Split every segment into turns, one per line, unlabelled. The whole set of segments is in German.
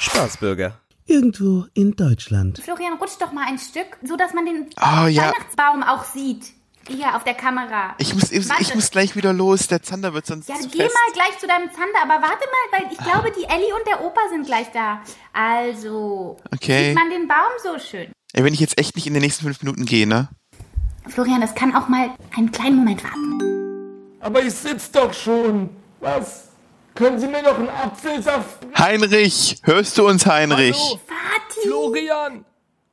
Staatsbürger?
Irgendwo in Deutschland.
Florian, rutsch doch mal ein Stück, so dass man den
Oh, ja.
Weihnachtsbaum auch sieht. Hier auf der Kamera.
Ich muss, ich, ich
Warte.
muss gleich wieder los. Der Zander wird sonst
Ja,
zu
geh
fest. Ah.
mal gleich zu deinem Zander, aber warte mal, weil ich glaube, die Ellie und der Opa sind gleich da. Also,
Okay.
sieht man den Baum so schön.
Ey, wenn ich jetzt echt nicht in den nächsten fünf Minuten gehe, ne?
Florian, das kann auch mal einen kleinen Moment warten.
Aber ich sitz doch schon. Was? Können Sie mir noch einen Apfelsaft?
Heinrich, hörst du uns, Heinrich?
Hallo?
Vati!
Florian!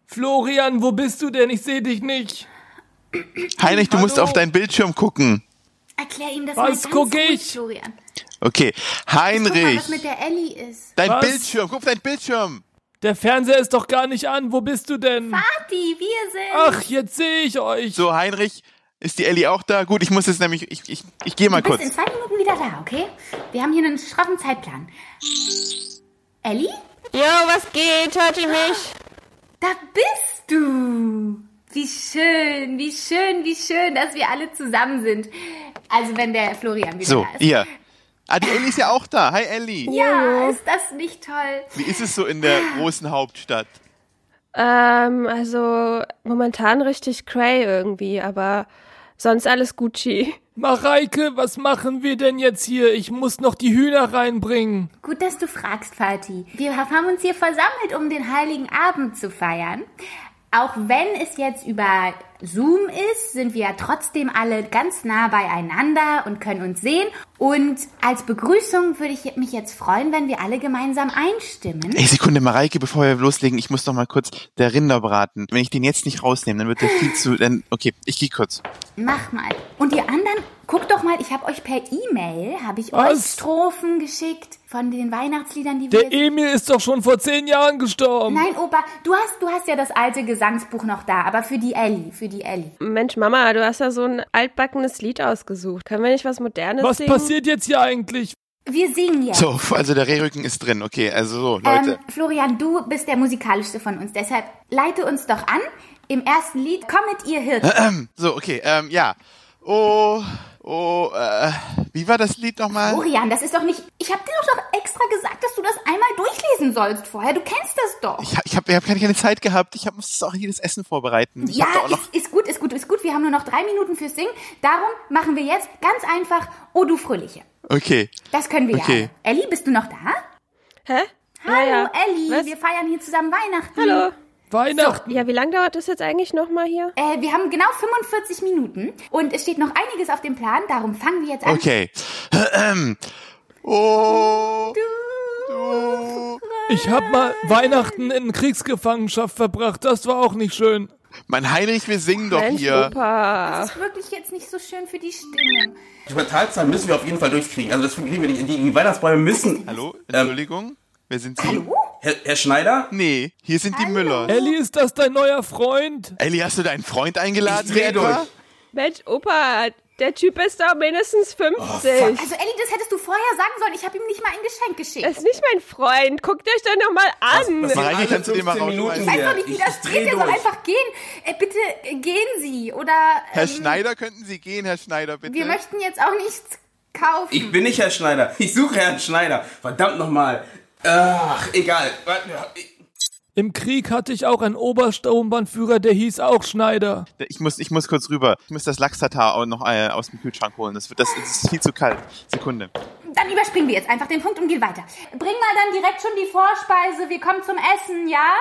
Florian, wo bist du denn? Ich sehe dich nicht.
Heinrich, du musst
Hallo?
auf deinen Bildschirm gucken.
Erklär ihm das
Was
mal ganz
guck
ruhig,
ich?
Florian.
Okay,
Guck mal, was
Heinrich,
mit der Ellie ist.
dein
Was?
Bildschirm, guck auf deinen Bildschirm.
Der Fernseher ist doch gar nicht an. Wo bist du denn?
Vati, wir
Ah,
sind...
Ach, jetzt sehe ich euch.
So, Heinrich, ist die Ellie auch da? Gut, ich muss jetzt nämlich, ich, ich, ich gehe mal
Du bist in
kurz.
zwei Minuten wieder da, okay? Wir haben hier einen straffen Zeitplan. Ellie?
Jo, was geht? Hört ihr mich?
Da bist du! Wie schön, wie schön, wie schön, dass wir alle zusammen sind. Also wenn der Florian wieder
So,
da ist.
ihr. Ah, die Ellie ist ja auch da. Hi, Ellie.
Ja, ist das nicht toll?
Wie ist es so in der großen Hauptstadt?
Ähm, also momentan richtig cray irgendwie, aber sonst alles Gucci.
Mareike, was machen wir denn jetzt hier? Ich muss noch die Hühner reinbringen.
Gut, dass du fragst, Fatih. Wir haben uns hier versammelt, um den Heiligen Abend zu feiern. Auch wenn es jetzt über Zoom ist, sind wir ja trotzdem alle ganz nah beieinander und können uns sehen. Und als Begrüßung würde ich mich jetzt freuen, wenn wir alle gemeinsam einstimmen.
Ey, Sekunde, Mareike, bevor wir loslegen, ich muss noch mal kurz der Rinderbraten. Wenn ich den jetzt nicht rausnehme, dann wird der viel zu, dann, okay, ich gehe kurz.
Mach mal. Und ihr anderen, guckt doch mal, ich habe euch per E-Mail, habe ich euch
Was?
Strophen geschickt von den Weihnachtsliedern, die wir
Der
jetzt
Emil ist doch schon vor zehn Jahren gestorben.
Nein, Opa, du hast, du hast ja das alte Gesangsbuch noch da, aber für die Ellie, für die Ellie.
Mensch, Mama, du hast ja so ein altbackenes Lied ausgesucht. Können wir nicht was Modernes
Was
singen?
passiert jetzt hier eigentlich?
Wir singen jetzt.
So, also der Rehrücken ist drin. Okay, also so,
ähm,
Leute.
Florian, du bist der musikalischste von uns, deshalb leite uns doch an. Im ersten Lied kommet ihr Hirten.
Äh,
So, okay, ähm, ja. Oh, oh, äh, wie war das Lied
äh.
nochmal?
Florian, das ist doch nicht. Ich habe dir doch doch extra gesagt, dass du das einmal durchlesen sollst vorher. Du kennst das doch.
Ich, hab- ich habe ich hab keine- keine Zeit gehabt. Ich hab, muss das auch jedes Essen vorbereiten. Ich
ja,
hab da auch noch,
ist, ist gut, ist gut, ist gut. Wir haben nur noch drei Minuten fürs Singen. Darum machen wir jetzt ganz einfach O du Fröhliche.
okay.
Das können wir
Okay.
ja. Ellie, bist du noch da?
Hä?
Hallo
ja, ja.
Ellie,
Was?
wir feiern hier zusammen Weihnachten.
Hallo.
Weihnachten.
Ja, wie lange dauert das jetzt eigentlich nochmal hier?
Äh, wir haben genau 45 Minuten und es steht noch einiges auf dem Plan, darum fangen wir jetzt an.
Okay. Ähm. Oh, du.
Ich hab mal Weihnachten in Kriegsgefangenschaft verbracht. Das war auch nicht schön.
Mein Heinrich, wir singen doch
Mensch,
hier.
Opa.
Das ist wirklich jetzt nicht so schön für die Stimmung.
Die Quartalszahlen müssen wir auf jeden Fall durchkriegen. Also das kriegen wir nicht. Die, die Weihnachtsbäume müssen.
Hallo, Entschuldigung. Wer sind Sie?
Herr, Herr Schneider?
Nee, hier sind die Müller.
Ellie, ist das dein neuer Freund?
Elli, hast du deinen Freund
Ich
eingeladen?
dreh
etwa?
durch.
Mensch, Opa, der Typ ist doch mindestens
Oh,
50.
Also Ellie, das hättest du vorher sagen sollen. Ich habe ihm nicht mal ein Geschenk geschickt.
er ist nicht mein Freund. Guckt euch doch nochmal an.
sind
Mareike,
alle
kannst du den mal
15 Minuten
rausschmeißen?
ich weiß
hier.
doch nicht, wie das
dreh
geht. Er soll
durch.
einfach gehen. Äh, bitte äh, gehen Sie oder
Herr
ähm,
Schneider, könnten Sie gehen, Herr Schneider, bitte?
wir möchten jetzt auch nichts kaufen.
Ich bin nicht Herr Schneider. Ich suche Herrn Schneider. Verdammt nochmal. Ach, egal. Warte, ich-
Im Krieg hatte ich auch einen Obersturmbannführer, der hieß auch Schneider.
ich muss, ich muss kurz rüber. Ich muss das Lachs-Tatar auch noch äh, aus dem Kühlschrank holen. Das, wird, das, das ist viel zu kalt. Sekunde.
Dann überspringen wir jetzt einfach den Punkt und gehen weiter. Bring mal dann direkt schon die Vorspeise. Wir kommen zum Essen, ja?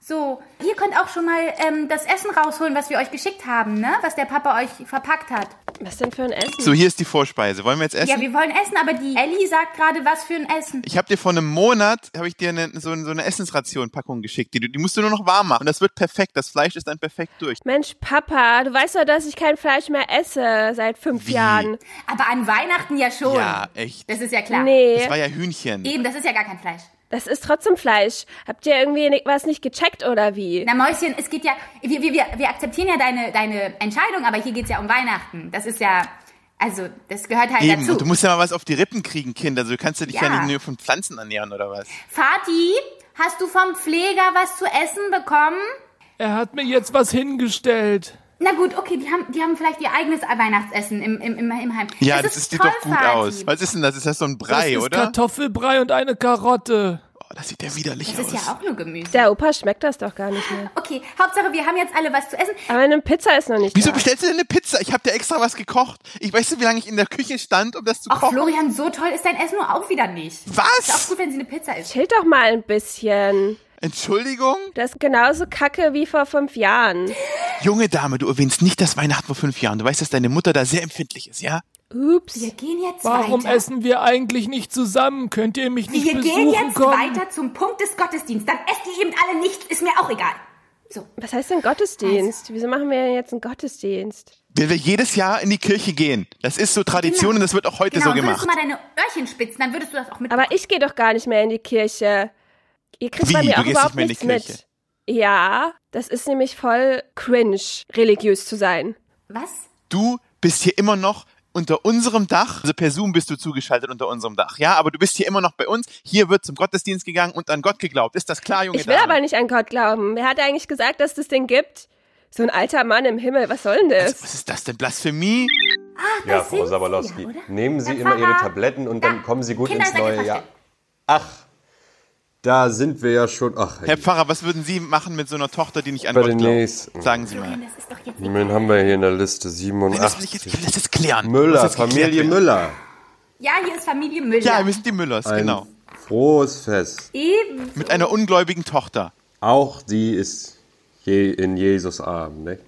So, ihr könnt auch schon mal ähm, das Essen rausholen, was wir euch geschickt haben, ne? Was der Papa euch verpackt hat.
Was denn für ein Essen?
So, hier ist die Vorspeise. Wollen wir jetzt essen?
Ja, wir wollen essen, aber die Ellie sagt gerade, was für ein Essen.
Ich habe dir vor einem Monat habe ich dir eine, so, so eine Essensration-Packung geschickt. Die, du- die musst du nur noch warm machen. Und das wird perfekt. Das Fleisch ist dann perfekt durch.
Mensch, Papa, du weißt doch, dass ich kein Fleisch mehr esse seit fünf
Wie?
Jahren.
Aber an Weihnachten ja schon.
Ja, echt.
Das ist ja klar.
Nee,
Das war ja Hühnchen.
Eben, das ist ja gar kein Fleisch.
das ist trotzdem Fleisch. Habt ihr irgendwie ni- was nicht gecheckt oder wie?
Na Mäuschen, es geht ja, wir, wir, wir, wir akzeptieren ja deine, deine Entscheidung, aber hier geht's ja um Weihnachten. Das ist ja, also, das gehört halt
Eben.
dazu.
Und du musst ja mal was auf die Rippen kriegen, Kind. Also du kannst ja dich ja,
Ja.
nicht nur von Pflanzen ernähren oder was.
Vati, hast du vom Pfleger was zu essen bekommen?
Er hat mir jetzt was hingestellt.
Na gut, okay, die haben, die haben vielleicht ihr eigenes Weihnachtsessen im, im, im, im Heim.
Ja, das, sieht
toll,
doch gut
Vati.
aus. Was ist denn das? Ist das so ein
Das
Brei,
ist
oder?
Kartoffelbrei und eine Karotte.
Oh, Das sieht ja widerlich
Das
aus.
ist ja auch nur Gemüse.
Der Opa schmeckt das doch gar nicht mehr.
Okay, Hauptsache, wir haben jetzt alle was zu essen.
Aber eine Pizza ist noch nicht
Wieso
da.
bestellst du denn eine Pizza? Ich habe dir extra was gekocht. Ich weiß nicht, wie lange ich in der Küche stand, um das zu
Ach,
kochen.
Florian, so toll ist dein Essen nur auch wieder nicht. Ist auch
Was?
gut, wenn sie eine Pizza isst.
Chill doch mal ein bisschen.
Entschuldigung?
Das ist genauso kacke wie vor fünf Jahren.
Junge Dame, du erwähnst nicht das Weihnachten vor fünf Jahren. Du weißt, dass deine Mutter da sehr empfindlich ist, ja?
Ups.
Wir gehen jetzt
Warum
weiter.
essen wir eigentlich nicht zusammen? Könnt ihr mich nicht
wir
besuchen
gehen jetzt
kommen?
weiter zum Punkt des Gottesdienstes. Dann esst ihr eben alle nichts, ist mir auch egal. So,
Was heißt denn Gottesdienst?
Also
Wieso machen wir denn jetzt einen Gottesdienst?
Wenn wir jedes Jahr in die Kirche gehen. Das ist so Tradition und das wird auch heute
genau,
so
und würdest
gemacht.
du mal deine Öhrchen spitzen, dann würdest du das auch mit.
Aber ich gehe doch gar nicht mehr in die Kirche. Ihr kriegt
Wie?
bei mir
Du
auch
gehst
überhaupt
nicht mehr in die
nichts mit. Ja, das ist nämlich voll cringe, religiös zu sein.
was?
Du bist hier immer noch unter unserem Dach. Also per Zoom bist du zugeschaltet unter unserem Dach, ja? Aber du bist hier immer noch bei uns. Hier wird zum Gottesdienst gegangen und an Gott geglaubt. Ist das klar, Junge
Ich will
Dame?
aber nicht an Gott glauben. Wer hat eigentlich gesagt, dass das Ding gibt? So ein alter Mann im Himmel, was soll denn das?
Was ist das denn? Blasphemie?
Ja,
das
Frau
sind Sie
Sabalowski,
ja, oder?
nehmen Sie
Herr
immer Ihre
Pfarrer.
Tabletten und
Da.
dann kommen Sie gut
Kinder,
ins
seid ihr
neue Jahr.
verstanden?
Ach, da sind wir ja schon. Ach,
Herr Pfarrer, was würden Sie machen mit so einer Tochter, die nicht an
Bei
Gott
den
glaubt?
nächsten.
Sagen Sie mal.
Florian, das ist doch jetzt.
wen haben wir hier in der Liste?
Nein, das will ich, jetzt,
87.
ich will das jetzt klären. Das
Müller,
muss jetzt geklärt
Familie
werden.
Müller.
Ja, hier ist Familie Müller.
Ja, wir sind die Müllers,
Ein
genau.
frohes Fest.
Eben.
Mit einer ungläubigen Tochter.
Auch die ist je in Jesus Arm, ne?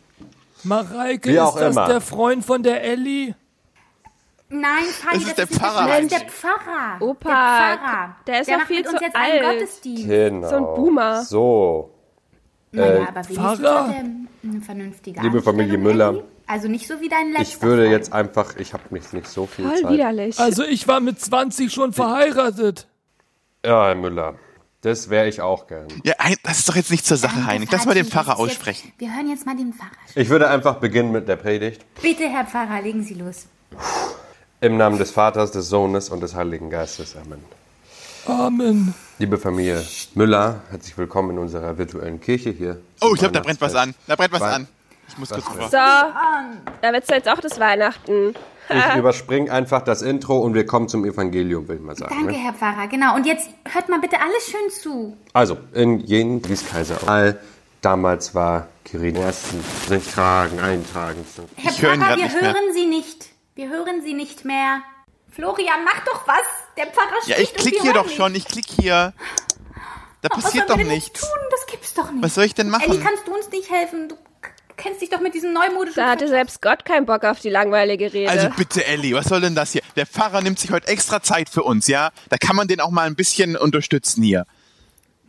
Mareike,
Wie
ist
auch
das
immer.
der Freund von der Ellie?
Nein, Fanny,
Es ist
das
der
ist nicht
Pfarrer
Das ist der
eigentlich.
Pfarrer.
Opa,
der Pfarrer.
der ist
der
noch
macht
viel
mit uns
zu
jetzt
alt.
einen Gottesdienst.
Genau.
So ein Boomer.
So.
Naja, aber wenigstens
Pfarrer.
hat er eine vernünftige
Liebe Familie
Anstellung,
Müller.
Elli. Also nicht so wie dein letzter
Ich würde
Freund.
jetzt einfach, ich habe mich nicht so viel
Voll
halt.
Zeit.
widerlich.
Also ich war mit 20 schon verheiratet.
Ja, Herr Müller, das wäre ich auch gern.
Ja, Hein- das ist doch jetzt nicht zur Sache, Heinrich. Lass mal den Pfarrer aussprechen.
Wir hören jetzt mal den Pfarrer.
Ich würde einfach beginnen mit der Predigt.
Bitte, Herr Pfarrer, legen Sie los.
Im Namen des Vaters, des Sohnes und des Heiligen Geistes. Amen.
Amen.
Liebe Familie Müller, herzlich willkommen in unserer virtuellen Kirche hier.
Oh, ich glaube, da brennt was an. Da brennt was
Wa-
an. Ich muss kurz rüber.
so, da wird's jetzt auch das Weihnachten.
Ich überspringe einfach das Intro und wir kommen zum Evangelium, will ich mal sagen.
Danke,
Ne?
Herr Pfarrer. Genau. Und jetzt hört mal bitte alles schön zu.
Also, in Jenen wies Kaiser auf. Damals war Kirin ersten sich tragen, eintragen.
Herr
Ich höre ihn
Pfarrer,
grad
wir
nicht mehr.
hören Sie nicht. Wir hören Sie nicht mehr. Florian, mach doch was. Der Pfarrer
Ja,
spricht
ich
und
klick
wir
hier
hören
doch
nicht.
schon. Ich klick hier. Da
Was sollen
passiert
wir
doch
denn jetzt
nichts.
Tun? Das gibt's doch nicht.
Was soll ich denn machen?
Elli, kannst du uns nicht helfen? Du k- kennst dich doch mit diesem neumodischen...
Da hatte selbst Gott keinen Bock auf die langweilige Rede.
Also bitte, Elli, was soll denn das hier? Der Pfarrer nimmt sich heute extra Zeit für uns, ja? Da kann man den auch mal ein bisschen unterstützen hier.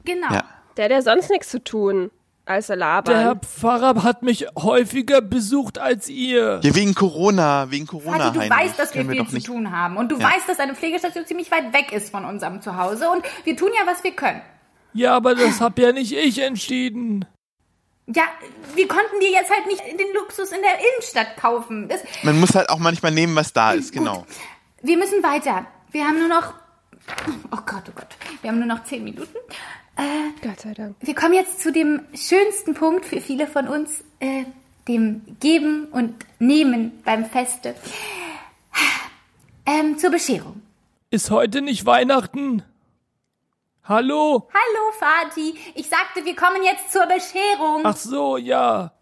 genau.
Ja.
der hat ja sonst nichts zu tun, als er labern.
Der Herr Pfarrer hat mich häufiger besucht als ihr.
Ja, wegen Corona, wegen Corona,
Vati, du
Heinrich.
weißt, dass wir
Können
viel
doch
zu
nicht-
tun haben. Und du weißt, dass eine Pflegestation ziemlich weit weg ist von unserem Zuhause. Und wir tun ja, was wir können.
Ja, aber das hab ja nicht ich entschieden.
Ja, wir konnten dir jetzt halt nicht den Luxus in der Innenstadt kaufen. Das,
Man muss halt auch manchmal nehmen, was da ist, genau.
wir müssen weiter. Wir haben nur noch. Oh Gott, oh Gott. Wir haben nur noch zehn Minuten.
Gott sei Dank.
Wir kommen jetzt zu dem schönsten Punkt für viele von uns, äh, dem Geben und Nehmen beim Feste. Ähm, zur Bescherung.
Ist heute nicht Weihnachten? Hallo?
Hallo, Fati. Ich sagte, wir kommen jetzt zur Bescherung.
Ach so, ja.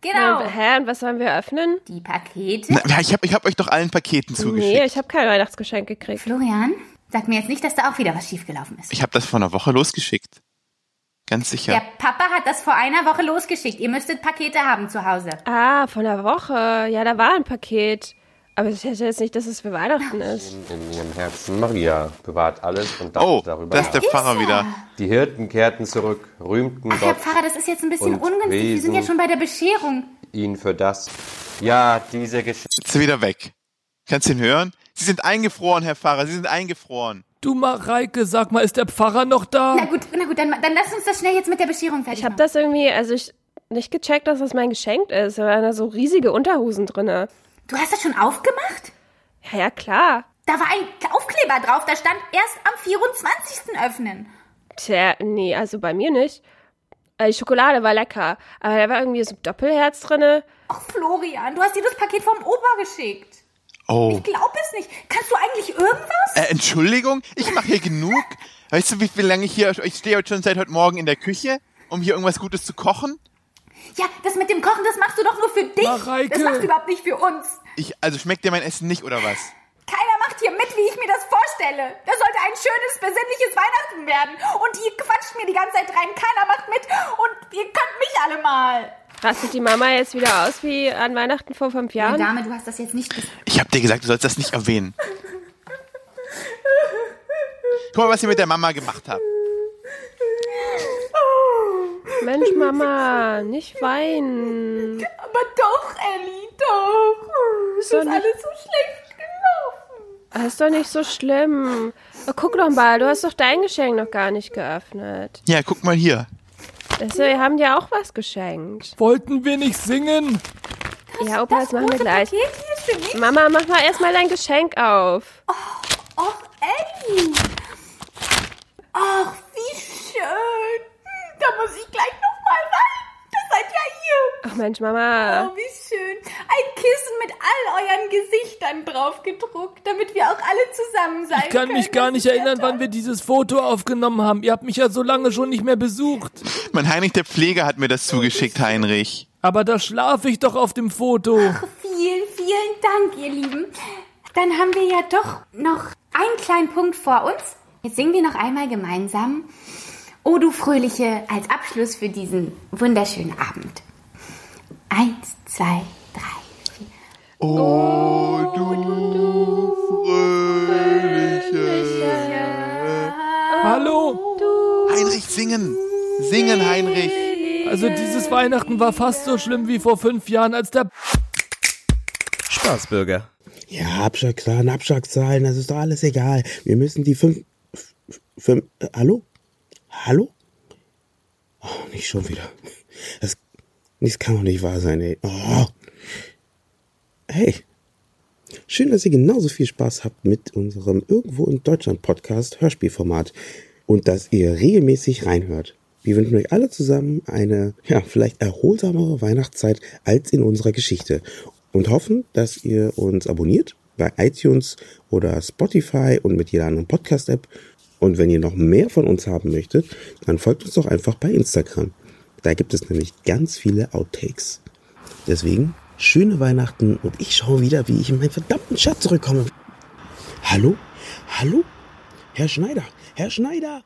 genau.
äh, Hä, und was sollen wir öffnen?
Die Pakete.
Na, ja, ich habe ich hab euch doch allen Paketen zugeschickt.
Nee, ich habe kein Weihnachtsgeschenk gekriegt.
Florian, sag mir jetzt nicht, dass da auch wieder was schiefgelaufen ist.
Ich habe das vor einer Woche losgeschickt. Ganz sicher.
Der Papa hat das vor einer Woche losgeschickt. Ihr müsstet Pakete haben zu Hause.
Ah, von der Woche. Ja, da war ein Paket. Aber ich hätte jetzt nicht, dass es für Weihnachten ist.
In ihrem Herzen Maria bewahrt alles und dachte
Oh,
darüber
da ist der
nach.
Pfarrer wieder.
Die Hirten kehrten zurück, rühmten
Ach, Herr
Gott,
Pfarrer, das ist jetzt ein bisschen
und
ungünstig. Wir sind
Wesen.
ja schon bei der Bescherung.
ihn für das. Ja, diese Geschichte.
Jetzt ist er wieder weg. Kannst du ihn hören? Sie sind eingefroren, Herr Pfarrer, Sie sind eingefroren.
Du Mareike, sag mal, ist der Pfarrer noch da?
Na gut, na gut, dann, dann lass uns das schnell jetzt mit der Bescherung fertig
Ich habe
machen.
das irgendwie, also ich nicht gecheckt, dass das mein Geschenk ist. Da waren da so riesige Unterhosen drinne.
Du hast das schon aufgemacht?
Ja, ja, klar.
Da war ein Aufkleber drauf, da stand erst am 24. öffnen.
Tja, nee, also bei mir nicht. Äh, Die Schokolade war lecker, aber da war irgendwie so ein Doppelherz drinne.
Och, Florian, du hast dir das Paket vom Opa geschickt.
Oh.
Glaub es nicht. Kannst du eigentlich irgendwas?
Äh, Entschuldigung, ich mache hier genug. Weißt du, wie viel lange ich hier, ich stehe heute schon seit heute Morgen in der Küche, um hier irgendwas Gutes zu kochen?
Ja, das mit dem Kochen, das machst du doch nur für dich.
Mareike.
Das machst du überhaupt nicht für uns.
Ich, also schmeckt dir mein Essen nicht oder was?
Keiner macht hier mit, wie ich mir das vorstelle. Das sollte ein schönes, besinnliches Weihnachten werden. Und ihr quatscht mir die ganze Zeit rein. Keiner macht mit und ihr könnt mich alle mal.
Rastet die Mama jetzt wieder aus wie an Weihnachten vor fünf Jahren?
Dame, du hast das jetzt nicht gesagt.
Ich hab dir gesagt, du sollst das nicht erwähnen. Guck mal, was ihr mit der Mama gemacht habt.
Mensch, Mama, nicht weinen.
Aber doch, Ellie, doch. Es
doch
ist
nicht-
alles so schlecht gelaufen.
Das Ah, ist doch nicht so schlimm. Oh, guck doch mal, du hast doch dein Geschenk noch gar nicht geöffnet.
Ja, guck mal hier.
Das, wir haben dir auch was geschenkt.
Wollten wir nicht singen?
Ja, Opa, das machen wir
große
gleich.
Paket hier ist für mich.
Mama, mach mal erstmal dein Geschenk auf.
Och, Elli. Ach, wie schön. Hm, Da muss ich gleich nochmal rein. Das seid ja ihr.
Ach Mensch, Mama.
Oh, wie schön. Ein Kissen mit all euren Gesichtern drauf gedruckt, damit wir auch alle zusammen sein
Ich kann
können.
mich gar nicht erinnern, wann wir dieses Foto aufgenommen haben. Ihr habt mich ja so lange schon nicht mehr besucht.
Mein Heinrich der Pfleger hat mir das zugeschickt, Heinrich.
Aber da schlafe ich doch auf dem Foto.
Vielen, vielen Dank, ihr Lieben. Dann haben wir ja doch noch einen kleinen Punkt vor uns. Jetzt singen wir noch einmal gemeinsam O du Fröhliche als Abschluss für diesen wunderschönen Abend. Eins, zwei, drei.
Oh, du fröhliche.
Hallo?
Heinrich, singen. Singen, Heinrich.
Also dieses Weihnachten war fast so schlimm wie vor fünf Jahren, als der
Spaßbürger.
Ja, Abschlagszahlen, Abschlagszahlen, das ist doch alles egal. Wir müssen die fünf. f- fünf äh, hallo? Hallo? Oh, nicht schon wieder. Das, das kann doch nicht wahr sein, ey. Oh. Hey. Schön, dass ihr genauso viel Spaß habt mit unserem Irgendwo in Deutschland Podcast Hörspielformat und dass ihr regelmäßig reinhört. Wir wünschen euch alle zusammen eine, ja, vielleicht erholsamere Weihnachtszeit als in unserer Geschichte und hoffen, dass ihr uns abonniert bei iTunes oder Spotify und mit jeder anderen Podcast-App. Und wenn ihr noch mehr von uns haben möchtet, dann folgt uns doch einfach bei Instagram. Da gibt es nämlich ganz viele Outtakes. Deswegen schöne Weihnachten und ich schaue wieder, wie ich in meinen verdammten Schatz zurückkomme. Hallo? Hallo? Herr Schneider? Herr Schneider?